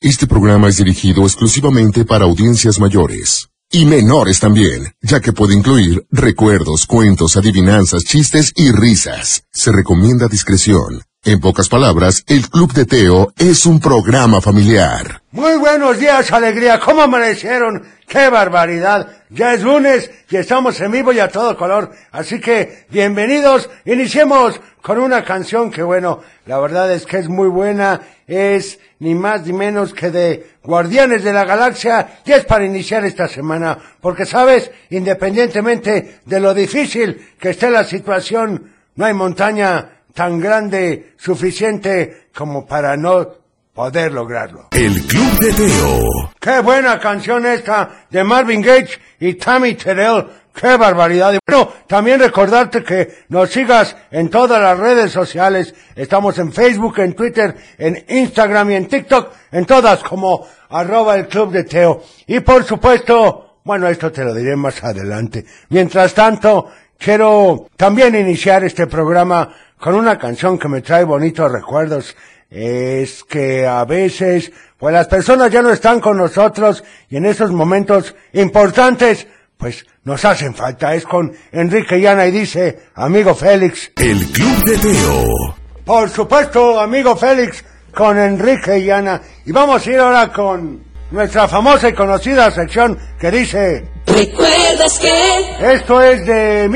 Este programa es dirigido exclusivamente para audiencias mayores. Y menores también, ya que puede incluir recuerdos, cuentos, adivinanzas, chistes y risas. Se recomienda discreción. En pocas palabras, el Club de Teo es un programa familiar. Muy buenos días, alegría. ¿Cómo amanecieron? ¡Qué barbaridad! Ya es lunes y estamos en vivo y a todo color. Así que, bienvenidos. Iniciemos con una canción que, bueno, la verdad es que es muy buena. Es ni más ni menos que de Guardianes de la Galaxia y es para iniciar esta semana. Porque, sabes, independientemente de lo difícil que esté la situación, no hay montaña tan grande, suficiente como para no poder lograrlo. El Club de Teo. Qué buena canción esta de Marvin Gaye y Tammy Terrell. Qué barbaridad. Y bueno, también recordarte que nos sigas en todas las redes sociales. Estamos en Facebook, en Twitter, en Instagram y en TikTok. En todas como arroba el club de Teo. Y por supuesto, bueno, esto te lo diré más adelante. Mientras tanto, quiero también iniciar este programa con una canción que me trae bonitos recuerdos es que a veces, pues las personas ya no están con nosotros y en esos momentos importantes, pues nos hacen falta. Es con Enrique Llana y dice, amigo Félix. El Club de Teo. Por supuesto, amigo Félix, con Enrique Llana. Y vamos a ir ahora con nuestra famosa y conocida sección que dice... ¿Recuerdas que? Esto es de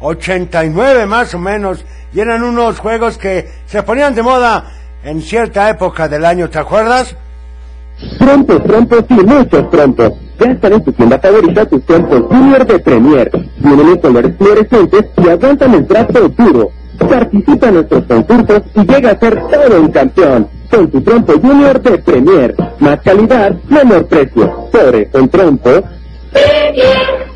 1989 más o menos y eran unos juegos que se ponían de moda en cierta época del año, ¿te acuerdas? Pronto, pronto, sí, muchos prontos. Ya están en tu tienda favorita tus trompos Junior de Premier. Vienen en colores fluorescentes y aguantan el trato duro. Participa en nuestros concursos y llega a ser todo un campeón. Con tu trompo Junior de Premier. Más calidad, menor precio. Sobre un trompo.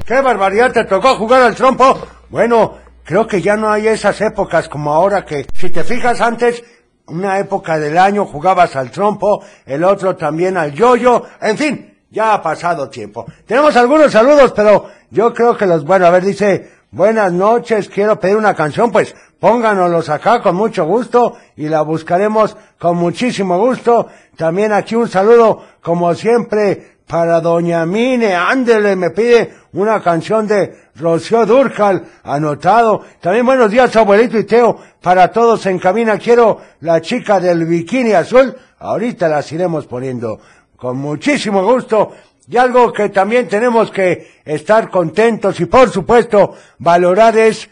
¡Qué barbaridad! ¿Te tocó jugar al trompo? Bueno, creo que ya no hay esas épocas como ahora que, si te fijas antes, una época del año jugabas al trompo, el otro también al yoyo, en fin, ya ha pasado tiempo. Tenemos algunos saludos, pero yo creo que los, bueno, a ver, dice, buenas noches, quiero pedir una canción, pues pónganoslos acá con mucho gusto y la buscaremos con muchísimo gusto. También aquí un saludo, como siempre, para Doña Mine, ándele, me pide una canción de Rocío Durcal, anotado. También buenos días, abuelito y Teo, para todos en cabina. Quiero la chica del bikini azul, ahorita las iremos poniendo con muchísimo gusto. Y algo que también tenemos que estar contentos y por supuesto valorar es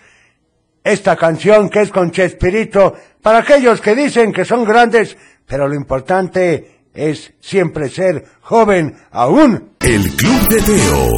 esta canción que es con Chespirito, para aquellos que dicen que son grandes, pero lo importante es siempre ser joven aún. El Club de Teo.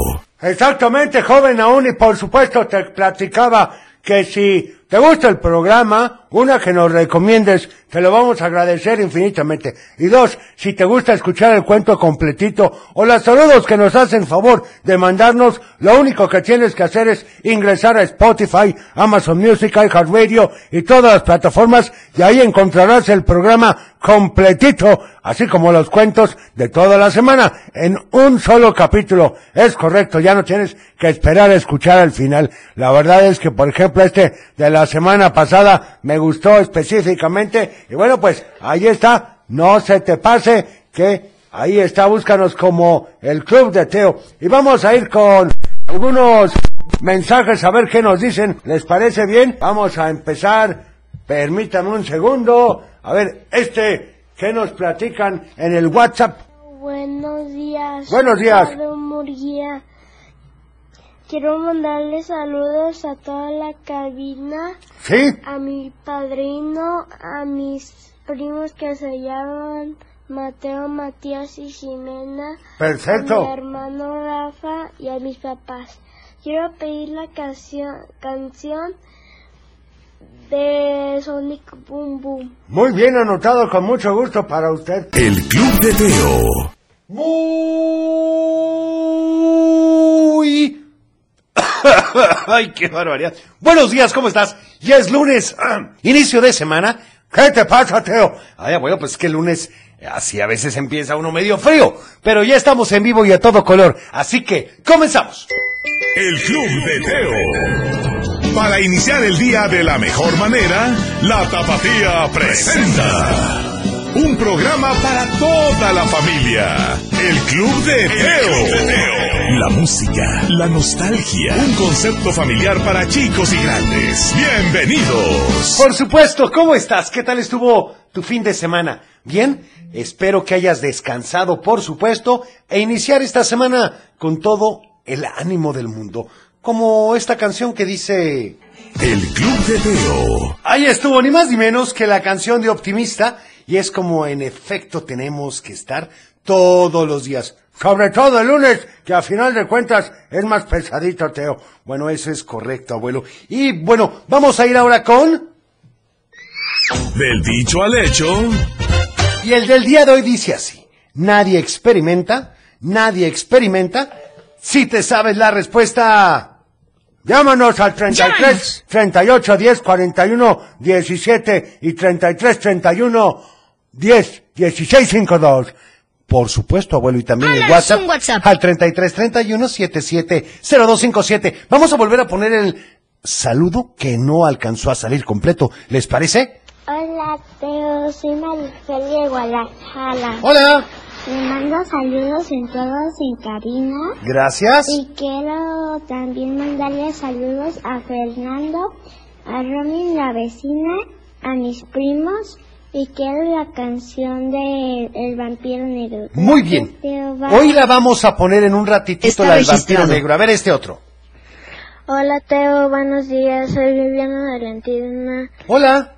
Exactamente, joven aún, y por supuesto te platicaba que si te gusta el programa, una que nos recomiendes, te lo vamos a agradecer infinitamente. Y dos, si te gusta escuchar el cuento completito o las saludos que nos hacen favor de mandarnos, lo único que tienes que hacer es ingresar a Spotify, Amazon Music, iHeartRadio y todas las plataformas y ahí encontrarás el programa completito, así como los cuentos de toda la semana, en un solo capítulo. Es correcto, ya no tienes que esperar a escuchar el final. La verdad es que, por ejemplo, este de la la semana pasada me gustó específicamente. Y bueno, pues ahí está. No se te pase que ahí está. Búscanos como el Club de Teo. Y vamos a ir con algunos mensajes a ver qué nos dicen. ¿Les parece bien? Vamos a empezar. Permítanme un segundo. A ver, este, ¿qué nos platican en el WhatsApp? Buenos días. Buenos días. Ricardo Murguía. Quiero mandarle saludos a toda la cabina, ¿Sí? a mi padrino, a mis primos que se llaman Mateo, Matías y Jimena, a mi Perfecto. hermano Rafa y a mis papás. Quiero pedir la canción canción de Sonic Boom Boom. Muy bien anotado, con mucho gusto para usted. El Club de Teo. Muy... Ay, qué barbaridad. Buenos días, ¿cómo estás? Ya es lunes, ah, inicio de semana. ¿Qué te pasa, Teo? Ay, bueno, pues que el lunes eh, así a veces empieza uno medio frío, pero ya estamos en vivo y a todo color, así que comenzamos. El Club de Teo. Para iniciar el día de la mejor manera, la Tapatía presenta Un programa para toda la familia. El Club de Teo. La música, la nostalgia, un concepto familiar para chicos y grandes. Bienvenidos. Por supuesto, ¿cómo estás? ¿Qué tal estuvo tu fin de semana? ¿Bien? Espero que hayas descansado, por supuesto, e iniciar esta semana con todo el ánimo del mundo. Como esta canción que dice... El Club de Teo. Ahí estuvo, ni más ni menos que la canción de Optimista, y es como en efecto tenemos que estar todos los días. Sobre todo el lunes, que a final de cuentas es más pesadito, Teo. Bueno, eso es correcto, abuelo. Y bueno, vamos a ir ahora con... Del dicho al hecho. Y el del día de hoy dice así. Nadie experimenta, nadie experimenta. Si te sabes la respuesta... Llámanos al 33 38 10 41 17 y 33 31 10 16 52. Por supuesto, abuelo, y también el WhatsApp, al 33 31 77 0257. Vamos a volver a poner el saludo que no alcanzó a salir completo. ¿Les parece? Hola, Teo, soy Marifel de Guadalajara. Hola. Te mando saludos en todos en cabina. Gracias. Y quiero también mandarle saludos a Fernando, a Romy la vecina, a mis primos y quiero la canción de El vampiro negro. Muy bien. Teo, bye. Hoy la vamos a poner en un ratitito Está la del registrado. vampiro negro. A ver este otro. Hola Teo, buenos días, soy Viviana Valentina. Hola.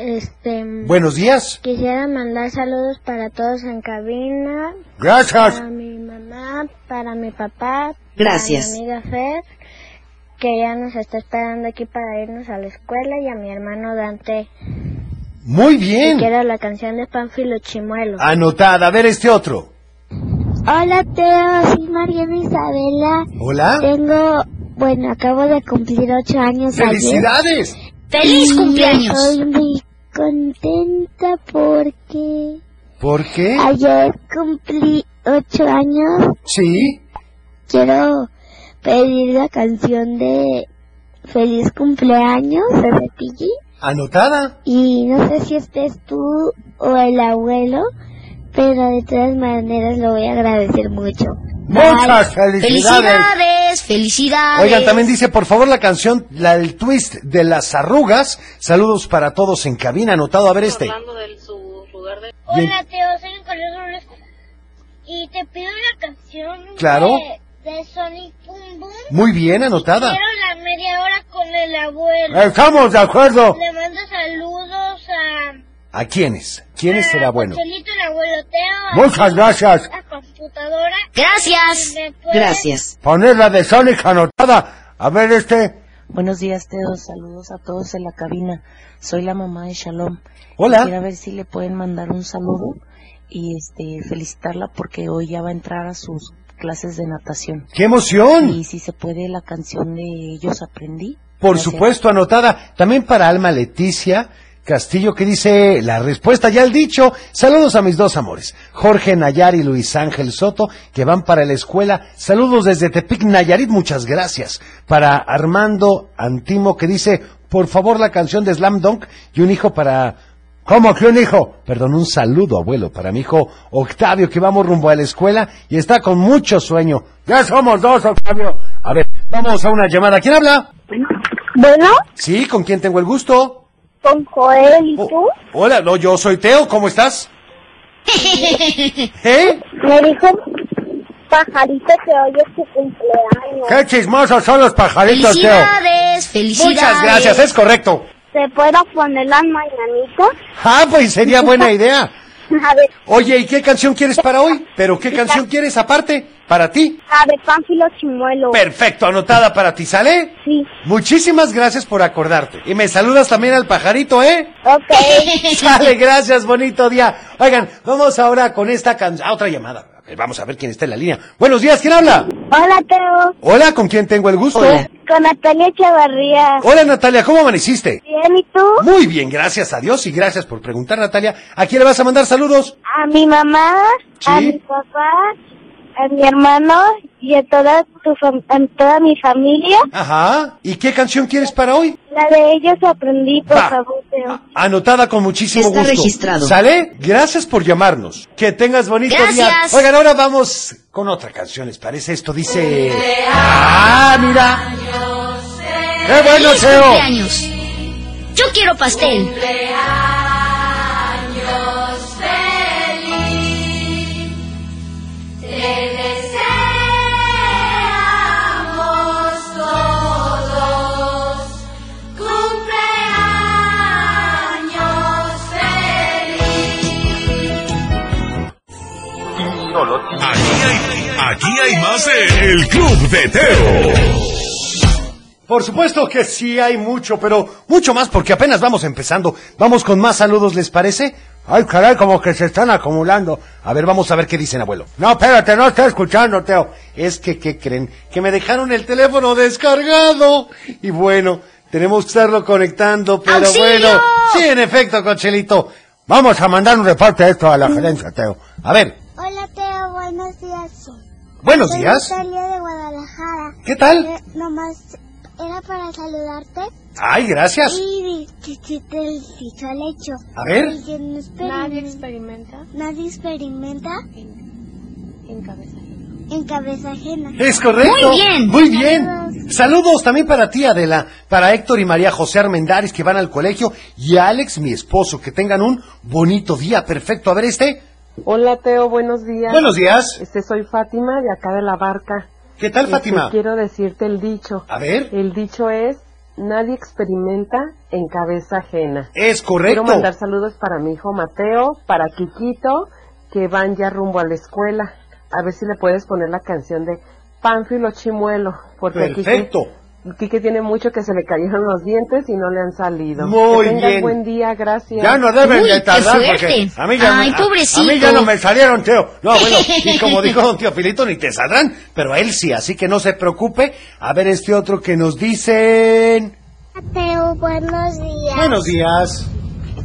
Este, Buenos días. quisiera mandar saludos para todos en cabina, Gracias. para mi mamá, para mi papá, Gracias. para mi amiga Fer, que ya nos está esperando aquí para irnos a la escuela y a mi hermano Dante, Muy que bien. Ah. quiero la canción de Pánfilo Chimuelo. Anotada. A ver este otro. Hola Teo, soy Mariana Isabela. Hola. Tengo, bueno, acabo de cumplir ocho años ayer. Felicidades. ¡Feliz Y cumpleaños! Estoy muy contenta porque ¿Por qué? ayer cumplí ocho años. Sí. Quiero pedir la canción de Feliz cumpleaños de Piggy. Anotada. Y no sé si estés tú o el abuelo, pero de todas maneras lo voy a agradecer mucho. Muchas felicidades. ¡Felicidades! ¡Felicidades! Oigan, también dice, por favor, la canción, la del twist de las arrugas. Saludos para todos en cabina. Anotado. A ver este. Bien. Hola, Teo, soy Nicolás Robles. Y te pido la canción Claro. de, de Sonic Boom Boom. Muy bien, anotada. Quiero la media hora con el abuelo. Estamos de acuerdo. Le mando saludos a... ¿A quiénes? ¿Quiénes Eh, a será bueno? Cochelito, el abuelo Teo, Muchas gracias. a la computadora. Gracias. Gracias. Poner la de Sonic anotada. A ver este. Buenos días, Teo. Saludos a todos en la cabina. Soy la mamá de Shalom. Hola. Quisiera ver si le pueden mandar un saludo y este felicitarla porque hoy ya va a entrar a sus clases de natación. ¡Qué emoción! Y si se puede la canción de Ellos Aprendí. Por Gracias. supuesto, anotada. También para Alma Leticia Castillo, que dice la respuesta ya al dicho. Saludos a mis dos amores, Jorge Nayar y Luis Ángel Soto, que van para la escuela. Saludos desde Tepic Nayarit, muchas gracias. Para Armando Antimo, que dice, por favor, la canción de Slam Dunk y un hijo para... ¿Cómo que un hijo? Perdón, un saludo, abuelo, para mi hijo Octavio, que vamos rumbo a la escuela y está con mucho sueño. Ya somos dos, Octavio. A ver, vamos a una llamada. ¿Quién habla? Bueno, Sí, ¿con quién tengo el gusto? con Joel y Oh, hola, no, yo soy Teo, ¿cómo estás? ¿Eh? Me dijo Pajarito que hoy es tu cumpleaños. Qué chismosos son los pajaritos, Teo. ¡Felicidades! ¡Felicidades! Muchas gracias, es correcto. ¿Te puedo poner las mañanitas? Ah, pues sería buena idea. A ver, Oye, ¿y qué canción quieres para hoy? ¿Pero qué canción quieres aparte? Para ti. a ver, Pánfilo Chimuelo. Perfecto, anotada para ti, ¿sale? Sí, Muchísimas gracias por acordarte. Y me saludas también al pajarito, ¿eh? ok. Sale, gracias, bonito día. Oigan, vamos ahora con esta canción. Ah, otra llamada. A ver, Vamos a ver quién está en la línea. Buenos días, ¿quién habla? Hola, Teo. Hola, ¿con quién tengo el gusto? Hola. Con Natalia Chavarría. Hola Natalia, ¿cómo amaneciste? Bien, ¿y tú? Muy bien, gracias a Dios y gracias por preguntar, Natalia. ¿A quién le vas a mandar saludos? A mi mamá, a Sí. mi papá, a mi hermano y a toda, tu fam- a toda mi familia. Ajá. ¿Y qué canción quieres para hoy? La de ellos aprendí, por Va. favor, Teo. Anotada con muchísimo Está gusto. registrado. ¿Sale? Gracias por llamarnos. Que tengas bonito día. Gracias. Oigan, ahora vamos con otra canción, ¿les parece? Esto dice... ¡Ah, mira! ¡Qué bueno, ¡Feliz Cheo! cumpleaños! Yo quiero pastel. Aquí hay, aquí hay más de El Club de Teo. Por supuesto que sí hay mucho, pero mucho más porque apenas vamos empezando. Vamos con más saludos, ¿les parece? Ay, caray, como que se están acumulando. A ver, vamos a ver qué dicen, abuelo. No, espérate, no está escuchando, Teo. Es que, ¿qué creen? Que me dejaron el teléfono descargado. Y bueno, tenemos que estarlo conectando, pero ¡Auxilio! bueno. Sí, en efecto, Cochelito. Vamos a mandar un reporte de esto a la gerencia, Teo. A ver, Hola, Teo, buenos días. buenos días. Soy Natalia de Guadalajara. ¿Qué tal? Eh, nomás era para saludarte Ay, gracias. y decirte el dicho al hecho. A ver. El que no experim- Nadie experimenta nadie experimenta en cabeza. en cabeza ajena. Es correcto. Muy bien. Muy bien. Saludos también para ti, Adela, para Héctor y María José Armendares que van al colegio y a Alex, mi esposo, que tengan un bonito día. Perfecto. A ver este. Hola Teo, buenos días. Buenos días. Este soy Fátima de acá de la barca. ¿Qué tal, Este, Fátima? quiero decirte el dicho. A ver. El dicho es nadie experimenta en cabeza ajena. Es Quiero correcto. mandar saludos para mi hijo Mateo, para Quiquito, que van ya rumbo a la escuela. A ver si le puedes poner la canción de Pánfilo Chimuelo, porque a Quique- Perfecto. Quique tiene mucho que se le cayeron los dientes y no le han salido. Muy que tengas bien. buen día, gracias. Ya no deben Uy, de qué tardar porque suerte. a mí ya, Ay, a- pobrecito. a mí ya no me salieron, Teo. No, bueno, y como dijo don Teofilito, ni te saldrán, pero a él sí, así que no se preocupe. A ver este otro que nos dicen... Teo, buenos días. Buenos días.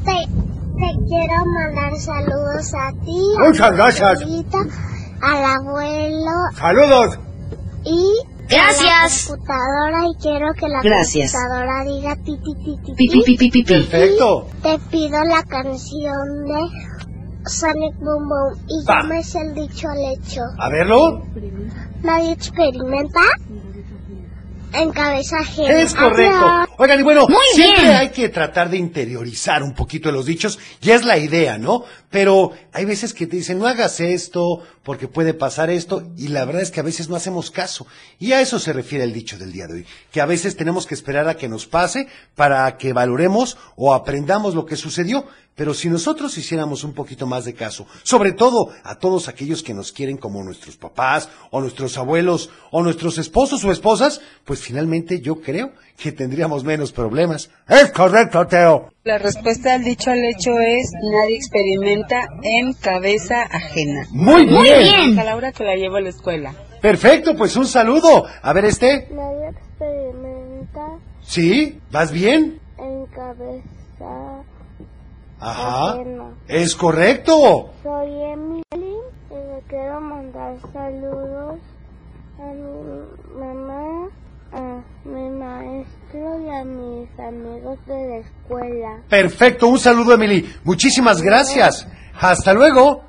Te, te quiero mandar saludos a ti, Muchas a tu gracias. abuelita, al abuelo Saludos. y Gracias. a la computadora y quiero que la Gracias. computadora diga ti ti ti ti. Pi, ti. pi, pi, pi, pi, pi. Perfecto. Te pido la canción de Sonic Boom Boom y Va. yo me sé el dicho al hecho. A verlo. Nadie experimenta en cabeza ajena. Es correcto. Adiós. Oigan, y bueno, Muy siempre bien. hay que tratar de interiorizar un poquito de los dichos, y es la idea, ¿no? Pero hay veces que te dicen, no hagas esto, porque puede pasar esto, y la verdad es que a veces no hacemos caso. Y a eso se refiere el dicho del día de hoy, que a veces tenemos que esperar a que nos pase para que valoremos o aprendamos lo que sucedió. Pero si nosotros hiciéramos un poquito más de caso, sobre todo a todos aquellos que nos quieren como nuestros papás o nuestros abuelos o nuestros esposos o esposas, pues finalmente yo creo que tendríamos menos problemas. Es correcto, Teo. La respuesta al dicho al hecho es nadie experimenta en cabeza ajena. Muy bien. Muy bien. A la hora que la llevo a la escuela. Perfecto, pues un saludo. A ver este. Nadie experimenta ¿Sí? ¿Vas bien? en cabeza Ajá. ajena. Es correcto. Soy Emily y le quiero mandar saludos a mi mamá, a mi maestro y a mis amigos de la escuela. Perfecto, un saludo Emily. Muchísimas gracias. Hasta luego.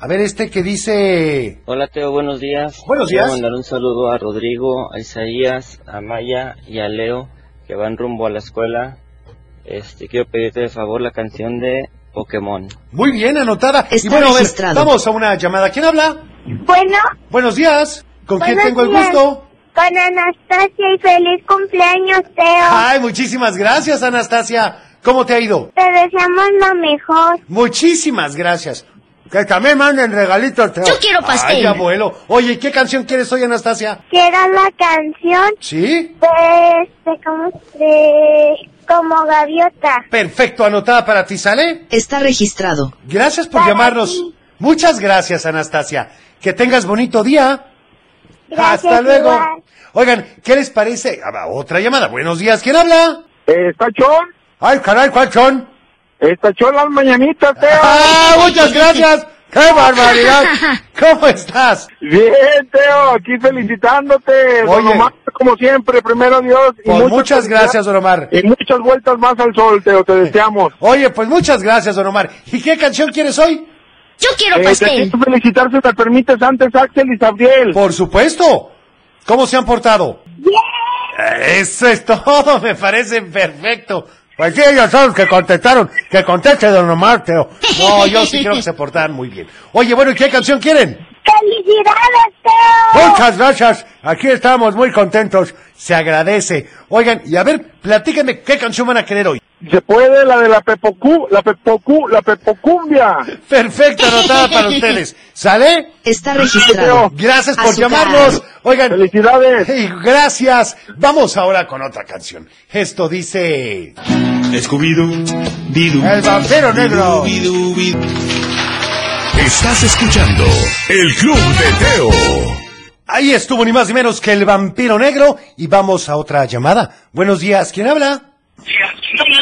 A ver este que dice... Hola Teo, buenos días. Buenos días. Quiero mandar un saludo a Rodrigo, a Isaías, a Maya y a Leo que van rumbo a la escuela. Este, quiero pedirte de favor la canción de Pokémon. Muy bien, anotada. Está y bueno, a ver, registrado. vamos a una llamada. ¿Quién habla? Bueno, Buenos días. ¿Con quién Buenos tengo el días. gusto? con Anastasia y feliz cumpleaños, Teo. Ay, muchísimas gracias, Anastasia. ¿Cómo te ha ido? Te deseamos lo mejor. Muchísimas gracias. Que también manden regalitos, Teo. Yo quiero Ay, pastel. abuelo. Oye, ¿qué canción quieres hoy, Anastasia? Quiero la canción ¿Sí? de, este, como, de como gaviota. Perfecto, anotada para ti, ¿sale? Está registrado. Gracias por Para llamarnos. ti. Muchas gracias, Anastasia. Que tengas bonito día. Gracias, Hasta luego. igual. Oigan, ¿qué les parece? Ah, va, Otra llamada. Buenos días. ¿Quién habla? Eh, ¿Está chon? Ay, caray, ¿cuál son? ¿Está chon las mañanitas, Teo? Ah, muchas gracias. ¡Qué barbaridad! ¿Cómo estás? Bien, Teo, aquí felicitándote. Don Oye. Omar, como siempre, primero Dios. y Pues muchas muchas gracias, Don Omar. Eh. Y muchas vueltas más al sol, Teo, te deseamos. Oye, pues muchas gracias, Don Omar. ¿Y qué canción quieres hoy? Yo quiero Eh, te pastel. quiero felicitar si me permites antes, Axel y Sabriel. Por supuesto. ¿Cómo se han portado? Eso es todo, me parece perfecto. Pues sí, ellos son los que contestaron. Que conteste Don Omar, Teo. No, yo sí creo que se portaban muy bien. Oye, bueno, ¿y qué canción quieren? ¡Felicidades, Teo! Muchas gracias. Aquí estamos muy contentos. Se agradece. Oigan, y a ver, platíquenme qué canción van a querer hoy. Se puede la de la Pepocú, la Pepocú, la Pepocumbia. Perfecto, anotada para ustedes. ¿Sale? Está registrado. Gracias por Azúcar. llamarnos. Oigan. Felicidades. gracias. Vamos ahora con otra canción. Esto dice... El vampiro negro. Estás escuchando El Club de Teo. Ahí estuvo ni más ni menos que el vampiro negro y vamos a otra llamada. Buenos días, ¿quién habla?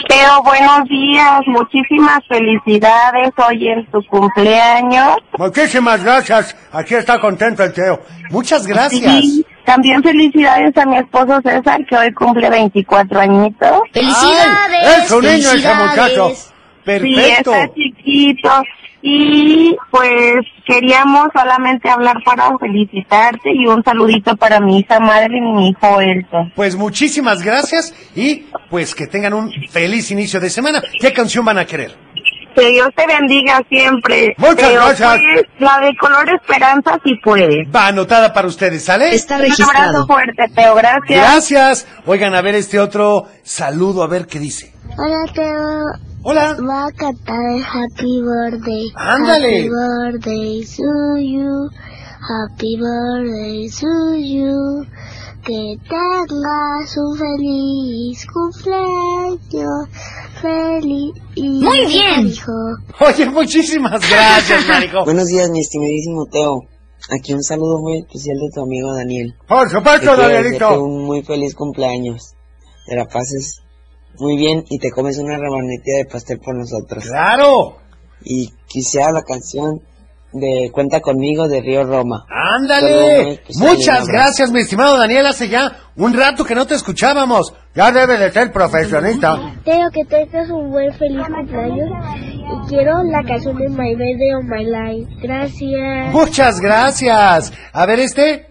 Teo, buenos días, muchísimas felicidades hoy en tu cumpleaños. Muchísimas gracias. Aquí está contento el Teo. Muchas Y también felicidades a mi esposo César, que hoy cumple 24 añitos. ¡Felicidades! Ah, Ay, es un niño ese ¡Felicidades! muchacho. Sí, Perfecto. está chiquito. Y pues queríamos solamente hablar para felicitarte y un saludito para mi hija madre y mi hijo Elton. Pues muchísimas gracias y pues que tengan un feliz inicio de semana. ¿Qué canción van a querer? Que Dios te bendiga siempre. Muchas Teo, gracias. pues, la de color esperanza si puede. Va anotada para ustedes, ¿sale? Este- Un abrazo fuerte, Teo, gracias. Gracias. Oigan, a ver este otro saludo, a ver qué dice. Hola, Teo. Hola. Voy a cantar el Happy Birthday. Ándale. Happy Birthday to you. Happy Birthday to you. Que tengas un feliz cumpleaños. Feliz. Muy bien. Hijo. Oye, muchísimas gracias, Marico. Buenos días, mi estimadísimo Teo. Aquí un saludo muy especial de tu amigo Daniel. Por supuesto, Te quiero Danielito. desearte Un muy feliz cumpleaños. Te la pases muy bien y te comes una rebanetilla de pastel por nosotros. ¡Claro! Y quisiera la canción de Cuenta conmigo de Río Roma. pues, Saludo muy Ándale. especial y un Muchas abrazo. gracias, mi estimado Daniel. Hace ya un rato que no te escuchábamos. Ya debe de ser profesionista. Teo, que tengas un buen feliz cumpleaños. Y quiero la canción de My Birthday o My Life. Gracias. Muchas gracias. A ver este.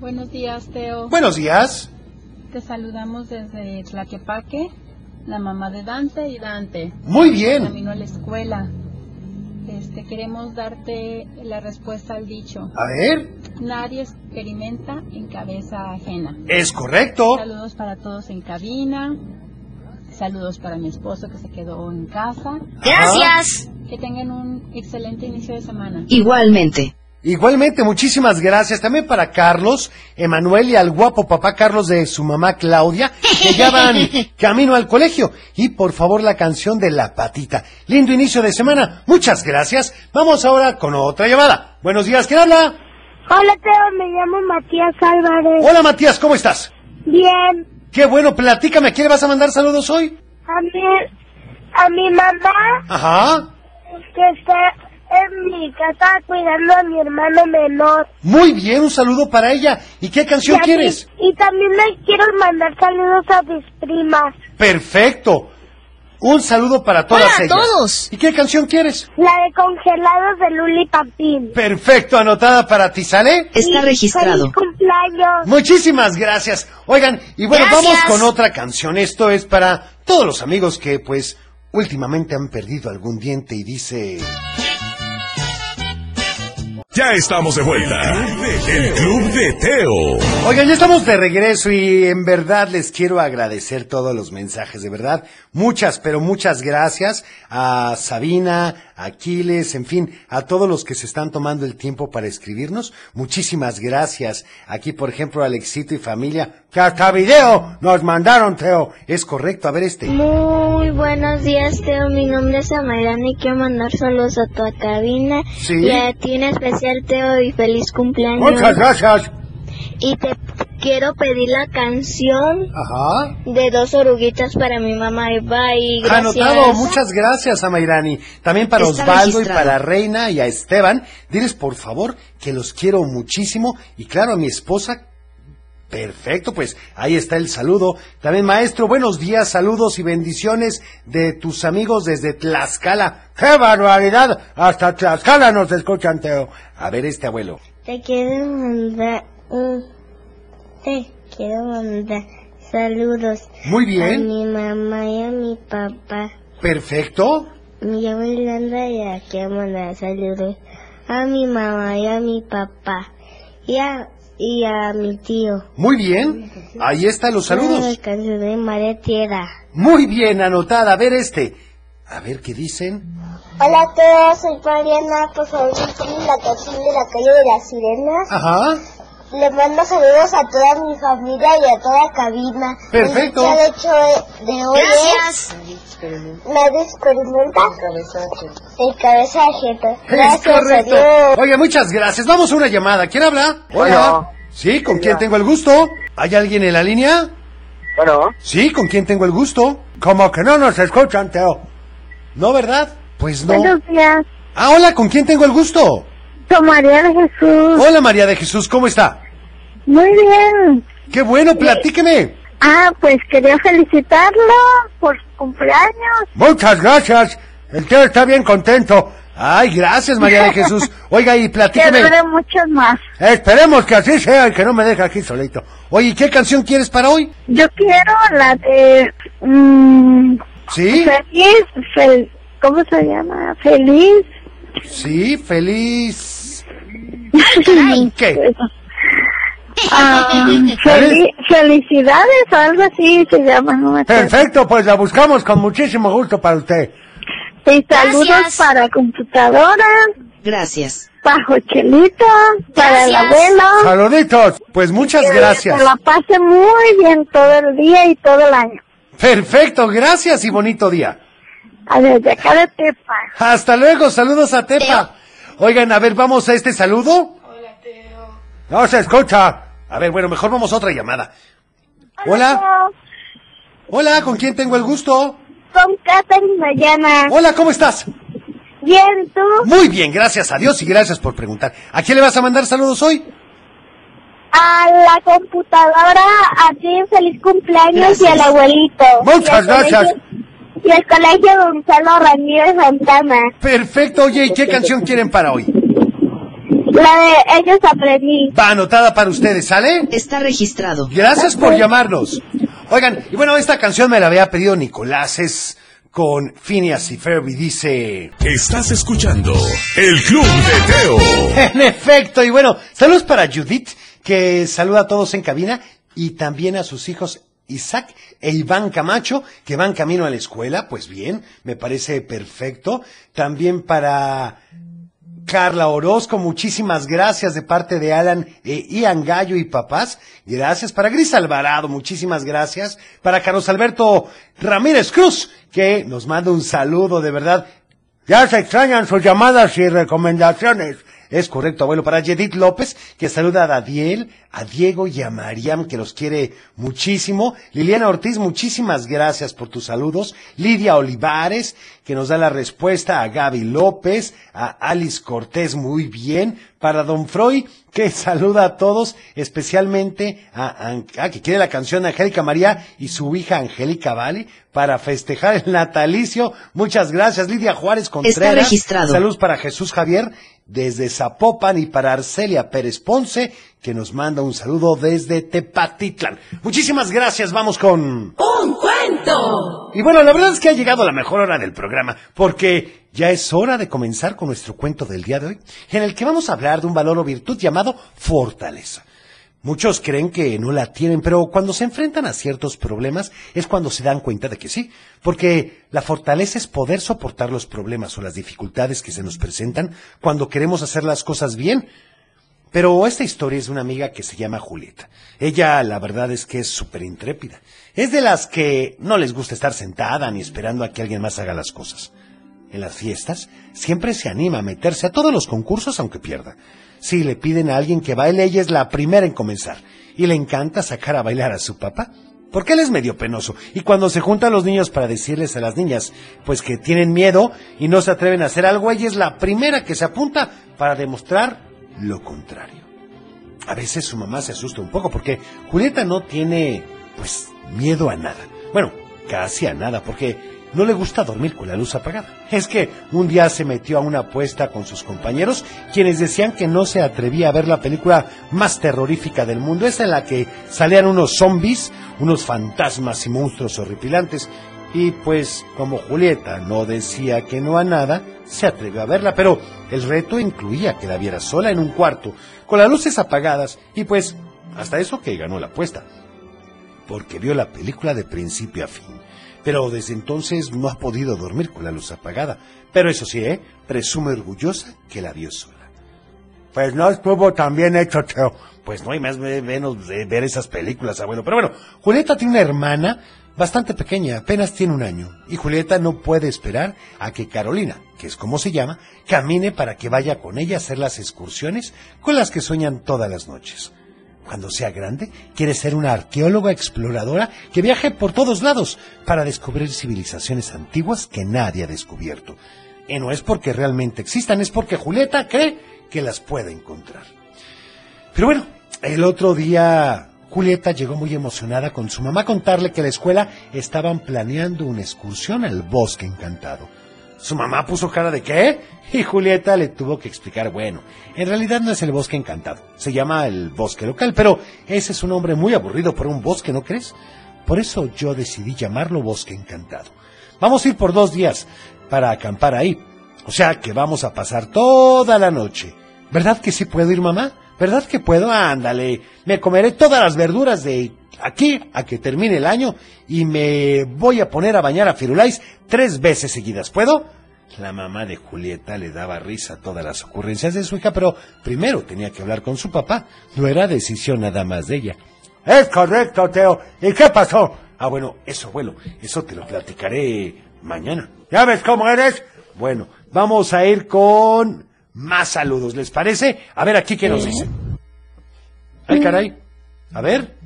Buenos días, Teo. Buenos días. Te saludamos desde Tlaquepaque, la mamá de Dante y Dante. Muy bien. Camino a la escuela. Este, queremos darte la respuesta al dicho. A ver. Nadie experimenta en cabeza ajena. Es correcto. Saludos para todos en cabina. Saludos para mi esposo que se quedó en casa. Gracias. Ah. Que tengan un excelente inicio de semana. Igualmente. Igualmente, muchísimas gracias también para Carlos, Emanuel y al guapo papá Carlos de su mamá Claudia, que ya van camino al colegio. Y por favor la canción de La Patita. Lindo inicio de semana, muchas gracias. Vamos ahora con otra llamada. Buenos días, ¿quién habla? Hola, Teo, me llamo Matías Álvarez. Hola Matías, ¿cómo estás? Bien, Qué bueno, platícame, ¿a quién le vas a mandar saludos hoy? a mi, a mi mamá Ajá. que está en mi casa cuidando a mi hermano menor. Muy bien, un saludo para ella. ¿Y qué canción Y a mi- quieres? Y también le quiero mandar saludos a mis primas. Perfecto. Un saludo para todas Para ellas. todos. ¿Y qué canción quieres? La de congelados de Luli Papín. Perfecto, anotada para ti, ¿sale? Y ¡Feliz cumpleaños! Muchísimas gracias. Oigan, y bueno, Gracias. vamos con otra canción. Esto es para todos los amigos que, pues, últimamente han perdido algún diente y dice... Ya estamos de vuelta. El Club de Teo. Oigan, ya estamos de regreso y en verdad les quiero agradecer todos los mensajes, de verdad. Muchas, pero muchas gracias a Sabina, a Aquiles, en fin, a todos los que se están tomando el tiempo para escribirnos. Muchísimas gracias. Aquí, por ejemplo, Alexito y familia, que hasta video nos mandaron, Teo. Es correcto, a ver este. Muy buenos días, Teo. Mi nombre es Amarana y quiero mandar saludos a tu cabina. Sí. Oh, Y a ti en especial, Teo, y feliz cumpleaños. Muchas gracias. Y te quiero pedir la canción Ajá. de dos oruguitas para mi mamá Eva y gracias. Anotado, muchas gracias a Mayrani. También para Está Osvaldo y registrado. para Reina y a Esteban. Diles por favor que los quiero muchísimo y claro a mi esposa. Perfecto, pues ahí está el saludo. También maestro, buenos días, saludos y bendiciones de tus amigos desde Tlaxcala. ¡Qué barbaridad! Hasta Tlaxcala nos escuchan, Teo. A ver este abuelo. Te quiero mandar un- te quiero mandar saludos. Muy A bien, mi mamá y a mi papá. perfecto. Mi llamo Yolanda y la quiero mandar saludos a mi mamá y a mi papá y a, y a mi tío. Muy bien, ahí están los Una saludos. de canción de Madre Tierra. Muy bien, anotada. A ver este. A ver qué dicen. Hola a todos, soy Mariana. Por favor, ponme la canción de la calle de las sirenas. Ajá. Le mando saludos a toda mi familia y a toda cabina. Perfecto. El hecho eh, de hoy es Nadie experimenta el cabeza de gente. Es correcto. Oye, muchas gracias. Vamos a una llamada. ¿Quién habla? Bueno. Sí, ¿con quién tengo el gusto? ¿Hay alguien en la línea? Bueno. Sí, ¿con quién tengo el gusto? Como que no nos escuchan, Teo. ¿No, verdad? Pues no. días, Ah, hola, ¿con quién tengo el gusto? con María de Jesús. Hola, María de Jesús, ¿cómo está? Muy bien. Qué bueno, platíqueme. Ah, pues quería felicitarlo por su cumpleaños. Muchas gracias. El Teo está bien contento. Ay, gracias, María de Jesús. Oiga, y Que platíqueme. dure muchos más. Esperemos que así sea y que no me deje aquí solito. Oye, ¿y ¿qué canción quieres para hoy? Yo quiero la de... mm, ¿Sí? Feliz, fel- ¿cómo se llama? Feliz. Sí, feliz. Este, ¿Qué? fel- Ah, felicidades o algo así se llama. No me acuerdo. Perfecto, pues la buscamos con muchísimo gusto para usted. Y saludos para computadora. Gracias. Para Jochelito, para el Ah. abuelo. Saluditos. Pues muchas gracias. Que la pase muy bien todo el día y todo el año. Perfecto, gracias y bonito día. Adiós, de acá de Tepa. Hasta luego, saludos a Tepa. Oigan, a ver, vamos a este saludo. Hola, Teo. No se escucha. A ver, bueno, mejor vamos a otra llamada. Hola. Hola, ¿con quién tengo el gusto? Con Catherine Mayana. Hola, ¿cómo estás? Bien, tú. Muy bien, gracias a Dios y gracias por preguntar. ¿A quién le vas a mandar saludos hoy? A la computadora, a ti feliz cumpleaños y al Gracias. abuelito. Muchas Y al gracias. colegio- Y al colegio Gonzalo Ramírez Santana. Perfecto, oye, ¿y qué canción quieren para hoy? La de Ellos Aprendí. Va anotada para ustedes, ¿sale? Está registrado. Gracias por llamarnos. Oigan, y bueno, esta canción me la había pedido Nicolás, es con Phineas y Ferb y dice... Estás escuchando El Club de Teo. En efecto, y bueno, saludos para Judith, que saluda a todos en cabina, y también a sus hijos Isaac e Iván Camacho, que van camino a la escuela, pues bien, me parece perfecto. También para Carla Orozco, muchísimas gracias de parte de Alan eh, Ian Gallo y papás. Gracias para Gris Alvarado, muchísimas gracias. Para Carlos Alberto Ramírez Cruz, que nos manda un saludo, de verdad. Ya se extrañan sus llamadas y recomendaciones. Es correcto, abuelo. Para Yedith López, que saluda a Dadiel, a Diego y a Mariam, que los quiere muchísimo. Liliana Ortiz, muchísimas gracias por tus saludos. Lidia Olivares, que nos da la respuesta. A Gaby López, a Alice Cortés, muy bien. Para Don Freud, que saluda a todos, especialmente a, An- ah, que quiere la canción Angélica María y su hija Angélica Vale, para festejar el natalicio. Muchas gracias, Lidia Juárez Contreras. registrado. Saludos para Jesús Javier desde Zapopan y para Arcelia Pérez Ponce, que nos manda un saludo desde Tepatitlán. Muchísimas gracias, vamos con... ¡Un cuento! Y bueno, la verdad es que ha llegado la mejor hora del programa, porque ya es hora de comenzar con nuestro cuento del día de hoy, en el que vamos a hablar de un valor o virtud llamado fortaleza. Muchos creen que no la tienen, pero cuando se enfrentan a ciertos problemas es cuando se dan cuenta de que sí, porque la fortaleza es poder soportar los problemas o las dificultades que se nos presentan cuando queremos hacer las cosas bien, pero esta historia es de una amiga que se llama Julieta. Ella, la verdad es que es súper intrépida. Es de las que no les gusta estar sentada ni esperando a que alguien más haga las cosas. En las fiestas, siempre se anima a meterse a todos los concursos aunque pierda. Si le piden a alguien que baile, ella es la primera en comenzar. y le encanta sacar a bailar a su papá. Porque él es medio penoso. Y cuando se juntan los niños para decirles a las niñas, pues que tienen miedo y no se atreven a hacer algo, ella es la primera que se apunta para demostrar lo contrario. A veces su mamá se asusta un poco porque Julieta no tiene, pues, miedo a nada. Bueno, casi a nada, porque no le gusta dormir con la luz apagada. Es que un día se metió a una apuesta con sus compañeros, quienes decían que no se atrevía a ver la película más terrorífica del mundo, esa en la que salían unos zombies, unos fantasmas y monstruos horripilantes. Y pues, como Julieta no decía que no a nada, se atrevió a verla, pero el reto incluía que la viera sola en un cuarto, con las luces apagadas, y pues, hasta eso que ganó la apuesta, porque vio la película de principio a fin. Pero desde entonces no ha podido dormir con la luz apagada. Pero eso sí, ¿eh? presume orgullosa que la vio sola. Pues no estuvo tan bien hecho, Teo. Pues no hay más ve- menos de ver esas películas, abuelo. Pero bueno, Julieta tiene una hermana bastante pequeña, apenas tiene un año. Y Julieta no puede esperar a que Carolina, que es como se llama, camine para que vaya con ella a hacer las excursiones con las que sueñan todas las noches. Cuando sea grande, quiere ser una arqueóloga exploradora que viaje por todos lados para descubrir civilizaciones antiguas que nadie ha descubierto. Y no es porque realmente existan, es porque Julieta cree que las puede encontrar. Pero bueno, el otro día Julieta llegó muy emocionada con su mamá a contarle que la escuela estaban planeando una excursión al bosque encantado. Su mamá puso cara de qué y Julieta le tuvo que explicar, bueno, en realidad no es el bosque encantado, se llama el bosque local, pero ese es un nombre muy aburrido para un bosque, ¿no crees? Por eso yo decidí llamarlo bosque encantado. Vamos a ir por dos días para acampar ahí. O sea que vamos a pasar toda la noche. ¿Verdad que sí puedo ir, mamá? ¿Verdad que puedo? Ándale, me comeré todas las verduras de aquí a que termine el año y me voy a poner a bañar a Firulais tres veces seguidas. ¿Puedo? La mamá de Julieta le daba risa a todas las ocurrencias de su hija, pero primero tenía que hablar con su papá. No era decisión nada más de ella. Es correcto, Teo. ¿Y qué pasó? Ah, bueno, eso, abuelo, eso te lo platicaré mañana. ¿Ya ves cómo eres? Bueno, vamos a ir con más saludos, ¿les parece? A ver aquí qué nos dicen. Ay, caray. A ver.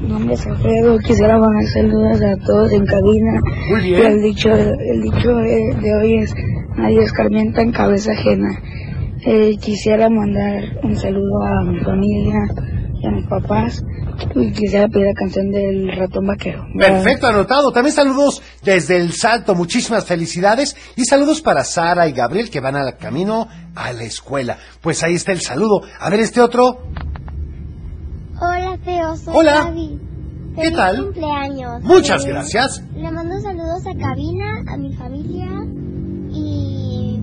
Mi nombre es Alfredo, quisiera mandar saludos a todos en cabina. Pues Muy bien. El dicho, el dicho de de hoy es, nadie escarmienta en cabeza ajena. Eh, quisiera mandar un saludo a mi familia y a mis papás. Y quisiera pedir la canción del ratón vaquero. Perfecto, anotado. También saludos desde El Salto. Muchísimas felicidades. Y saludos para Sara y Gabriel que van al camino a la escuela. Pues ahí está el saludo. A ver este otro. Hola, Teo, soy Hola. Gaby. ¿Qué Feliz tal? cumpleaños. Muchas Eh, gracias. Le mando saludos a Cabina, a mi familia y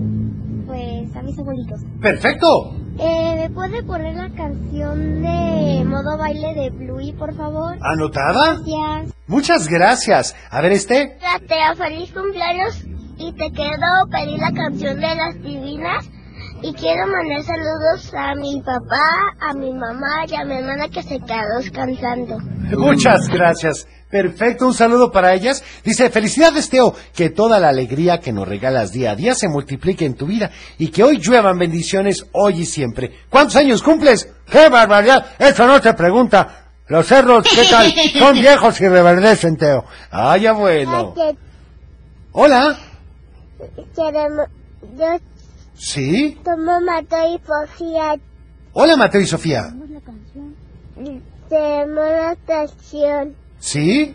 pues a mis abuelitos. Perfecto. Eh, ¿Me puede poner la canción de modo baile de Bluey, por favor? ¿Anotada? Gracias. Muchas gracias. A ver este. Hola, Teo, feliz cumpleaños y te quiero pedir la canción de las divinas. Y quiero mandar saludos a mi papá, a mi mamá y a mi hermana que se quedó descansando. Muchas gracias. Perfecto, un saludo para ellas. Dice, felicidades Teo, que toda la alegría que nos regalas día a día se multiplique en tu vida y que hoy lluevan bendiciones hoy y siempre. ¿Cuántos años cumples? ¡Qué barbaridad! Eso no te pregunta. Los cerros, ¿qué tal? Son viejos y reverdecen, Teo. Ay, abuelo. Hola. Queremos, yo ¿Sí? tomo Mateo y Fofía Hola, Mateo y Sofía. de monatación ¿Sí?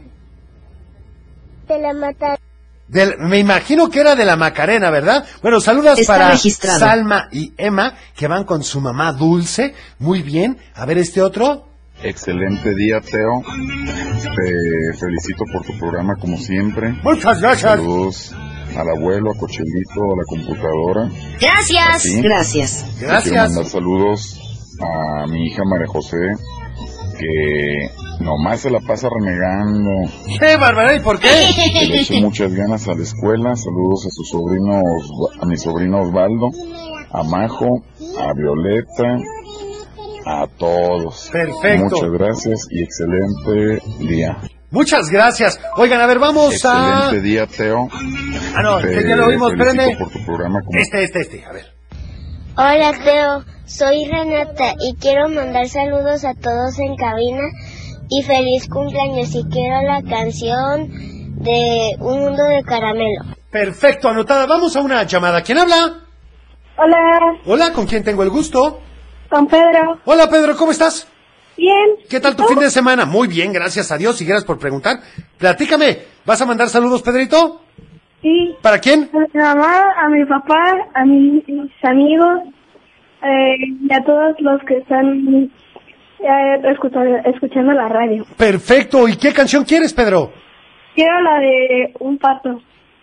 de la mata Del- me imagino que era de la Macarena, ¿verdad? Bueno, saludas Está para registrado. Salma y Emma, que van con su mamá Dulce. Muy bien. A ver este otro. Excelente día, Teo. Te felicito por tu programa como siempre. Muchas gracias. Saludos al abuelo, a Cochelito, a la computadora. Gracias. Sí. Gracias. Te Quiero mandar saludos a mi hija María José, que nomás se la pasa renegando. ¡Qué barbaridad! ¿Y por Que le eche qué? muchas ganas a la escuela. Saludos a su sobrino, Osva- a mi sobrino Osvaldo, a Majo, a Violeta, a todos. Perfecto. Muchas gracias y excelente día. Muchas gracias. Oigan, a ver, vamos a... Excelente día, Teo. Ah, no, Te que ya lo oímos, Eh, felicito espérame. por tu programa como Este, este, este, a ver. Hola Teo, soy Renata y quiero mandar saludos a todos en cabina y feliz cumpleaños y quiero la canción de Un Mundo de Caramelo. Perfecto, anotada. Vamos a una llamada. ¿Quién habla? Hola, Hola, ¿con quién tengo el gusto? con Pedro. Hola, Pedro, ¿cómo estás? Bien. ¿Qué tal tu fin de semana? Muy bien, gracias a Dios y gracias por preguntar. Platícame, ¿vas a mandar saludos, Pedrito? Sí. Ah. ¿Para quién? A mi mamá, a mi papá, a mis amigos eh, y a todos los que están eh, escuchando, escuchando la radio. Perfecto, ¿y qué canción quieres, Pedro? Quiero la de un pato.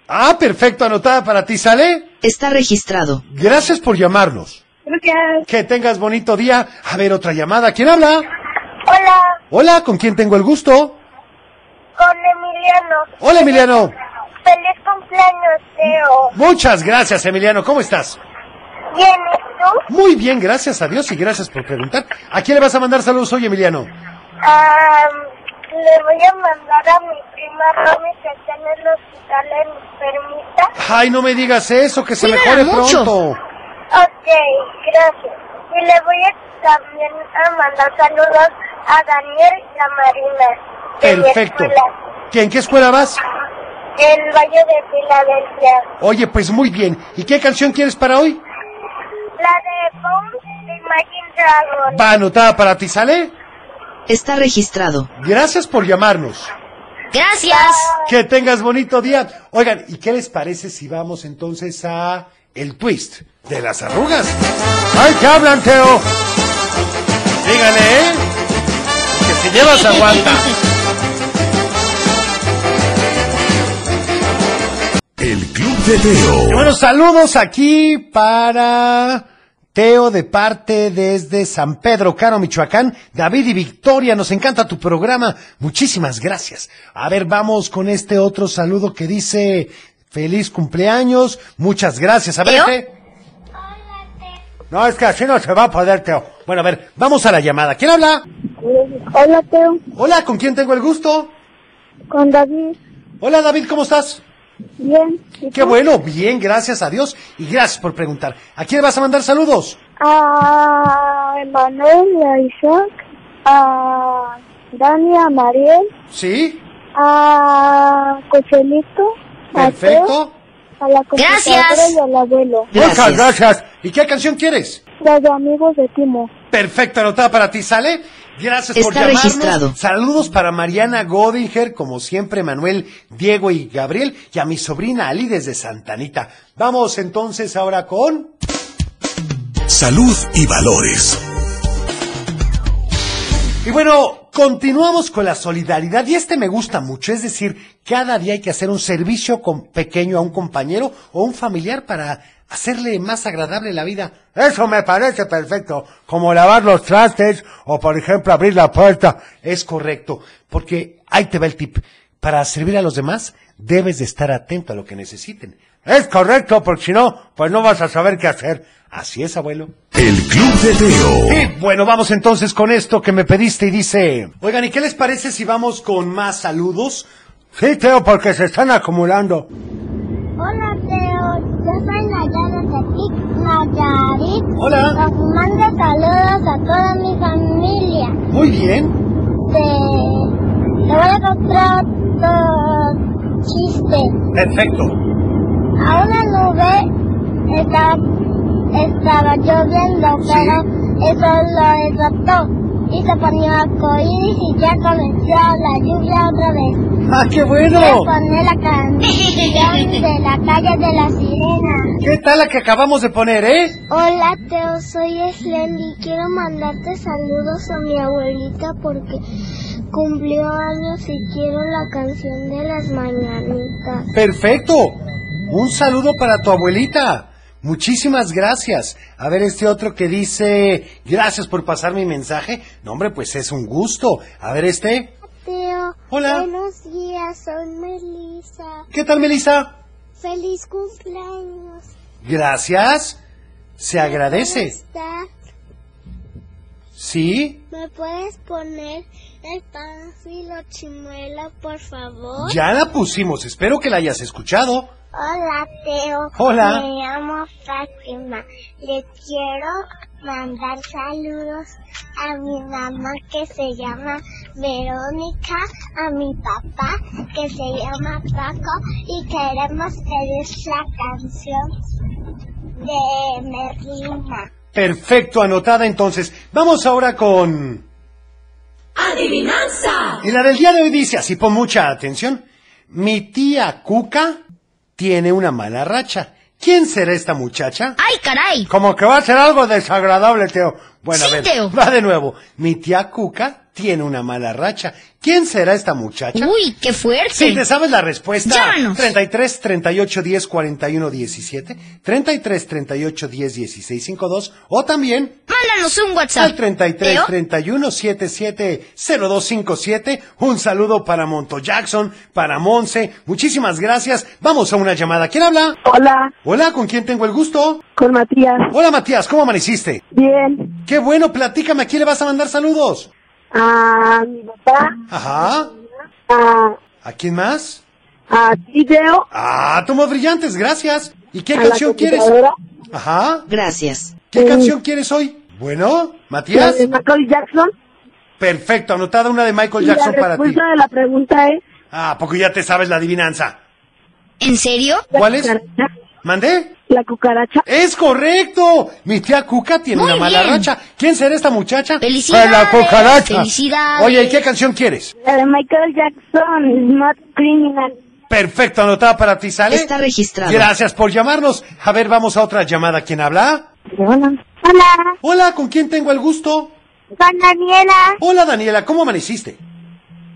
Ah, perfecto, anotada para ti, ¿sale? Está registrado. Gracias por llamarnos. Gracias. Que tengas bonito día. A ver, otra llamada. ¿Quién habla? Hola, Hola, ¿con quién tengo el gusto? con Emiliano. Hola, Emiliano. Feliz cumpleaños, Teo. Muchas gracias, Emiliano. ¿Cómo estás? Bien, Muy bien, gracias a Dios y gracias por preguntar. ¿A quién le vas a mandar saludos hoy, Emiliano? le voy a mandar a mi prima Romy que está en el hospital enfermita. Ay, no me digas eso, que se Cuídala mejore mucho. pronto. Ok, gracias. Y le voy a también a mandar saludos a Daniel y a Marina. de mi Perfecto. escuela, ¿Que ¿En qué escuela vas? El Valle de Filadelfia. Oye, pues muy bien. ¿Y qué canción quieres para hoy? La de Bones de Imagine Dragon. Va anotada para ti, ¿sale? Está registrado. Gracias por llamarnos. Gracias. Que tengas bonito día. Oigan, ¿y qué les parece si vamos entonces a el twist de las arrugas? ¡Ay, que hablan, Teo! Díganle, ¿eh? Que si llevas aguanta. El Club de Teo. Y bueno, saludos aquí para Teo de parte desde San Pedro Caro, Michoacán. David y Victoria, nos encanta tu programa. Muchísimas gracias. A ver, vamos con este otro saludo que dice feliz cumpleaños. Muchas gracias. A ver, ¿qué? No, es que así no se va a poder, Teo. Bueno, a ver, vamos a la llamada. ¿Quién habla? Hola, Teo. Hola, ¿con quién tengo el gusto? Con David. Hola, David, ¿cómo estás? Bien. Qué bueno, bien, gracias a Dios y gracias por preguntar. ¿A quién vas a mandar saludos? A Emanuel y a Isaac. A Dani, a Mariel. Sí, A Cochelito. a perfecto. Teo, A la computadora Gracias. y al abuelo. Muchas gracias. ¿Y qué canción quieres? La de amigos de Timo. Perfecto, anotada para ti, ¿sale? Gracias por Está llamarnos. registrado. Saludos para Mariana Godinger, como siempre, Manuel, Diego y Gabriel, y a mi sobrina Ali desde Santanita. Vamos entonces ahora con... Salud y valores. Y bueno, continuamos con la solidaridad y este me gusta mucho, es decir, cada día hay que hacer un servicio con- pequeño a un compañero o un familiar para hacerle más agradable la vida. Eso me parece perfecto, como lavar los trastes o por ejemplo abrir la puerta. Es correcto, porque ahí te va el tip. Para servir a los demás, debes de estar atento a lo que necesiten. Es correcto, porque si no, pues no vas a saber qué hacer. Así es, abuelo. El Club de Teo. Y bueno, vamos entonces con esto que me pediste y dice... Oigan, ¿y qué les parece si vamos con más saludos? Sí, Teo, porque se están acumulando. Hola Teo, yo soy Nayara Tepic Nayarit. Hola. Os mando saludos a toda mi familia. Muy bien. Te, te voy a contar otro chiste. Perfecto. A una nube estaba, estaba lloviendo, pero eso lo derrotó y se ponió arcoíris y ya comenzó la lluvia otra vez. ¡Ah, qué bueno! Voy a poner la canción de la calle de la sirena. ¿Qué tal la que acabamos de poner, eh? Hola Teo, soy Eslendi. Quiero mandarte saludos a mi abuelita porque cumplió años y quiero la canción de las mañanitas. Perfecto. Un saludo para tu abuelita. Muchísimas gracias. A ver este otro que dice, gracias por pasar mi mensaje. No, hombre, pues es un gusto. A ver este. Teo. Hola. Buenos días, soy Melissa. ¿Qué tal, Melissa? Feliz cumpleaños. Gracias. Se agradece. ¿Está? ¿Sí? ¿Me puedes poner el panfilo chimuelo, por favor. Ya la pusimos, espero que la hayas escuchado. Hola, Teo. Hola. Me llamo Fátima. Le quiero mandar saludos a mi mamá que se llama Verónica, a mi papá que se llama Paco y queremos pedir la canción de Merlina. Perfecto, anotada entonces. Vamos ahora con... Adivinanza. Y la del día de hoy dice así, pon mucha atención. Mi tía Cuca tiene una mala racha. ¿Quién será esta muchacha? ¡Ay, caray! Como que va a ser algo desagradable, Teo. Bueno, a Sí, ver, Teo. va de nuevo. Mi tía Cuca tiene una mala racha. ¿Quién será esta muchacha? Uy, qué fuerte. Si te sabes la respuesta, Llámanos. 33 38 10 41 17, 33 38 10 16 52 o también Mándanos un al WhatsApp. 33 Teo. 31 77 0257. Un saludo para Monto Jackson, para Monse. Muchísimas gracias. Vamos a una llamada. ¿Quién habla? Hola, Hola, ¿con quién tengo el gusto? con Matías. Hola Matías, ¿cómo amaneciste? Bien. Qué bueno, platícame, ¿a quién le vas a mandar saludos? A mi papá, Ajá. a, ¿A quién más? a ti, Teo, Ah, tomos brillantes, gracias. ¿Y qué a la canción quieres? computadora, Ajá. Gracias. ¿Qué Sí. canción quieres hoy? Bueno, Eh, la Matías. de Eh, Michael Jackson. Perfecto, anotada una de Michael Y Jackson la para ti. respuesta de la pregunta es... Ah, ¿a poco ya te sabes la adivinanza. ¿En serio? la ¿Cuál es? cucaracha, ¿Mandé? La cucaracha. ¡Es correcto! Mi tía Cuca tiene Muy una mala bien. racha. ¿Quién será esta muchacha? Felicidades, ¡La cucaracha! felicidades. Oye, ¿y qué canción quieres? La de Eh, Michael Jackson, Smart Criminal. Perfecto, anotada para ti, ¿sale? Está registrado. Gracias por llamarnos. A ver, vamos a otra llamada. ¿Quién habla? Hola. Hola, Hola, ¿con quién tengo el gusto? con Daniela. Hola, Daniela, ¿cómo amaneciste?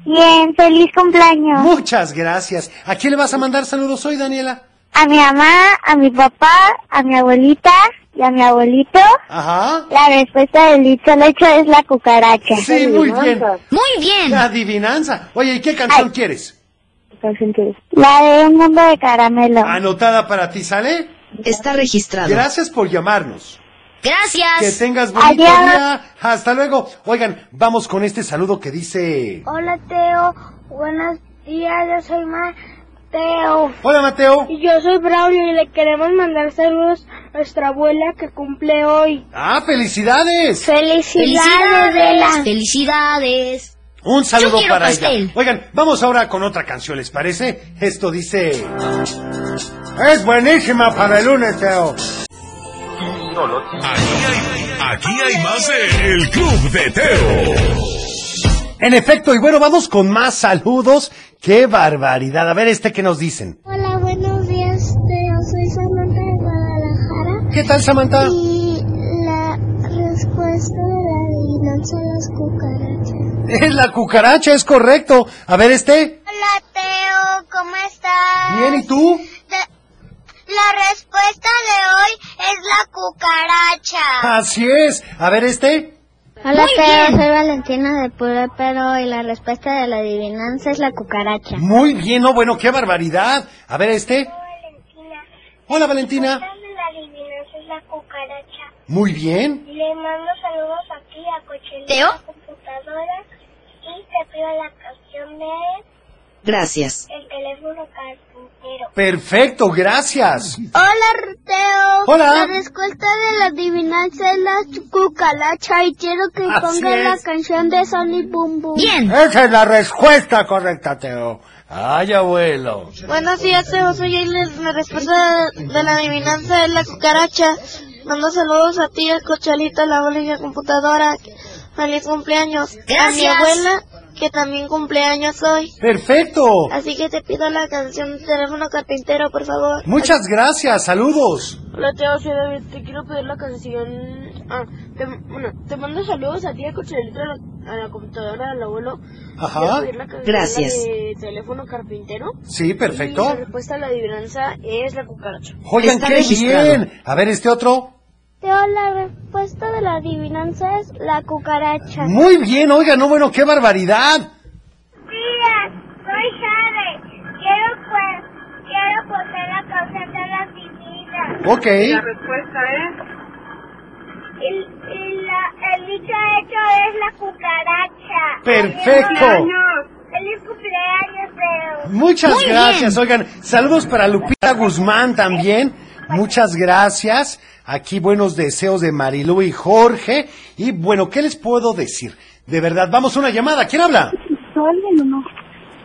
Bien, feliz cumpleaños. Muchas gracias. ¿A quién le vas a mandar saludos hoy, Daniela? A mi mamá, a mi papá, a mi abuelita y a mi abuelito. Ajá. La respuesta del dicho hecho es la cucaracha. Sí, muy bien. Muy bien. Adivinanza. Oye, ¿y qué canción quieres? La de un mundo de caramelo. Anotada para ti, ¿sale? Está registrado. Gracias por llamarnos. Que Gracias. tengas bonito Adiós. día. Hasta luego. Oigan, vamos con este saludo que dice... Hola, Teo. Buenos días, yo soy Mateo. Hola, Mateo. Y Yo soy Braulio y le queremos mandar saludos a nuestra abuela que cumple hoy. Ah, felicidades. ¡Felicidades, Felicidades. Vela! Felicidades. Un saludo quiero para pastel. ella. Oigan, vamos ahora con otra canción, ¿les parece? Esto dice... Es buenísima para el lunes, Teo. Aquí hay, aquí hay más de El Club de Teo. En efecto, y bueno, vamos con más saludos. ¡Qué barbaridad! A ver este que nos dicen. Hola, buenos días, Teo. Soy Samantha de Guadalajara. ¿Qué tal, Ah. Samantha? Y la respuesta de la adivinanza de las cucarachas. Es la cucaracha, es correcto. A ver este. Hola, Teo. ¿Cómo estás? Bien, ¿y tú? La respuesta de hoy es la cucaracha. Así es. A ver este. Hola, Muy Teo, bien. soy Valentina de Puebla, pero y la respuesta de la adivinanza es la cucaracha. Muy bien, no, bueno, qué barbaridad. A ver este. Hola, Valentina. La adivinanza es la cucaracha. Muy bien. Le mando saludos aquí a Cochelita ¿Teo? Computadora y te pido la canción de Gracias. El teléfono carpintero. Perfecto, gracias. Hola, Teo. Hola. La respuesta de la adivinanza es la cucaracha y quiero que Así pongas la es. canción de Sony Boom Boom. Bien. Esa es la respuesta correcta, Teo. Ay, abuelo. Buenos días, Teo. Soy Ailes. La respuesta de la adivinanza es la cucaracha. Mando saludos a ti, a Cochalita, la única computadora. Feliz cumpleaños. A mi Gracias. abuela, que también cumpleaños hoy. Perfecto. Así que te pido la canción Teléfono Carpintero, por favor. Muchas gracias, saludos. Hola, Teo, soy David. Te quiero pedir la canción. Ah, te, bueno, te mando saludos a ti, a Cochelita, a la, a la computadora del abuelo. Quiero Ajá. pedir la canción Gracias. de Teléfono Carpintero. Sí, Y la perfecto. respuesta a la adivinanza es la cucaracha. Oigan, Está qué registrado. bien. A ver este otro. Teo, la respuesta de la adivinanza es la cucaracha. Muy bien, oigan, no, bueno, qué barbaridad. Días, soy Jade. Quiero, pues, quiero poner la canción de la divina. Ok. respuesta es. Y, y la, el dicho hecho es la cucaracha. Perfecto. ¡Feliz cumpleaños, Teo! Muchas Muy gracias. Oigan, saludos para Lupita Guzmán también. Muchas gracias. Aquí buenos deseos de Marilú y Jorge. Y bueno, ¿qué les puedo decir? De verdad, vamos a una llamada. ¿Quién habla?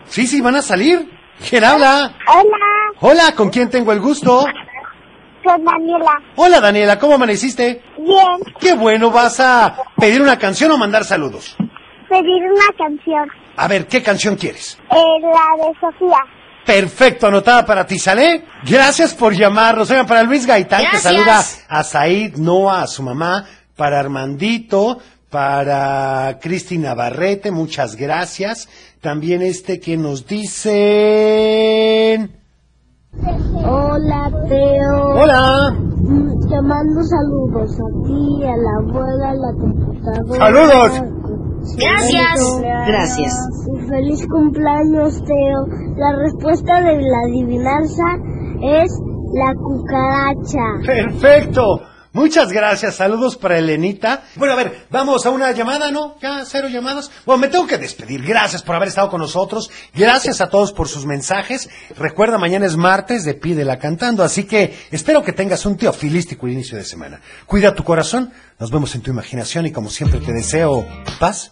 Sí, sí, van a salir. ¿Quién habla? Hola, Hola, ¿con quién tengo el gusto? soy Daniela. Hola, Daniela, ¿cómo amaneciste? Bien, Qué bueno, ¿vas a pedir una canción o mandar saludos? pedir una canción. A ver, ¿qué canción quieres? Eh, la de Sofía. Perfecto, anotada para ti, ¿sale? Gracias por llamarnos. Oigan, para Luis Gaitán, Gracias. que saluda a Said, Noah, a su mamá, para Armandito, para Cristina Barrete, muchas gracias. También este que nos dicen... Hola, Teo. Mm, Hola. Te mando saludos a ti, a la abuela, a la computadora. ¡Saludos! Feliz Gracias. cumpleaños. Gracias. Y feliz cumpleaños, Teo. La respuesta de la adivinanza es la cucaracha. Perfecto. Muchas gracias. Saludos para Elenita. Bueno, a ver, vamos a una llamada, ¿no? Ya cero llamadas. Bueno, me tengo que despedir. Gracias por haber estado con nosotros. Gracias a todos por sus mensajes. Recuerda, mañana es martes de Pídela Cantando. Así que espero que tengas un teofilístico inicio de semana. Cuida tu corazón. Nos vemos en tu imaginación y como siempre te deseo paz.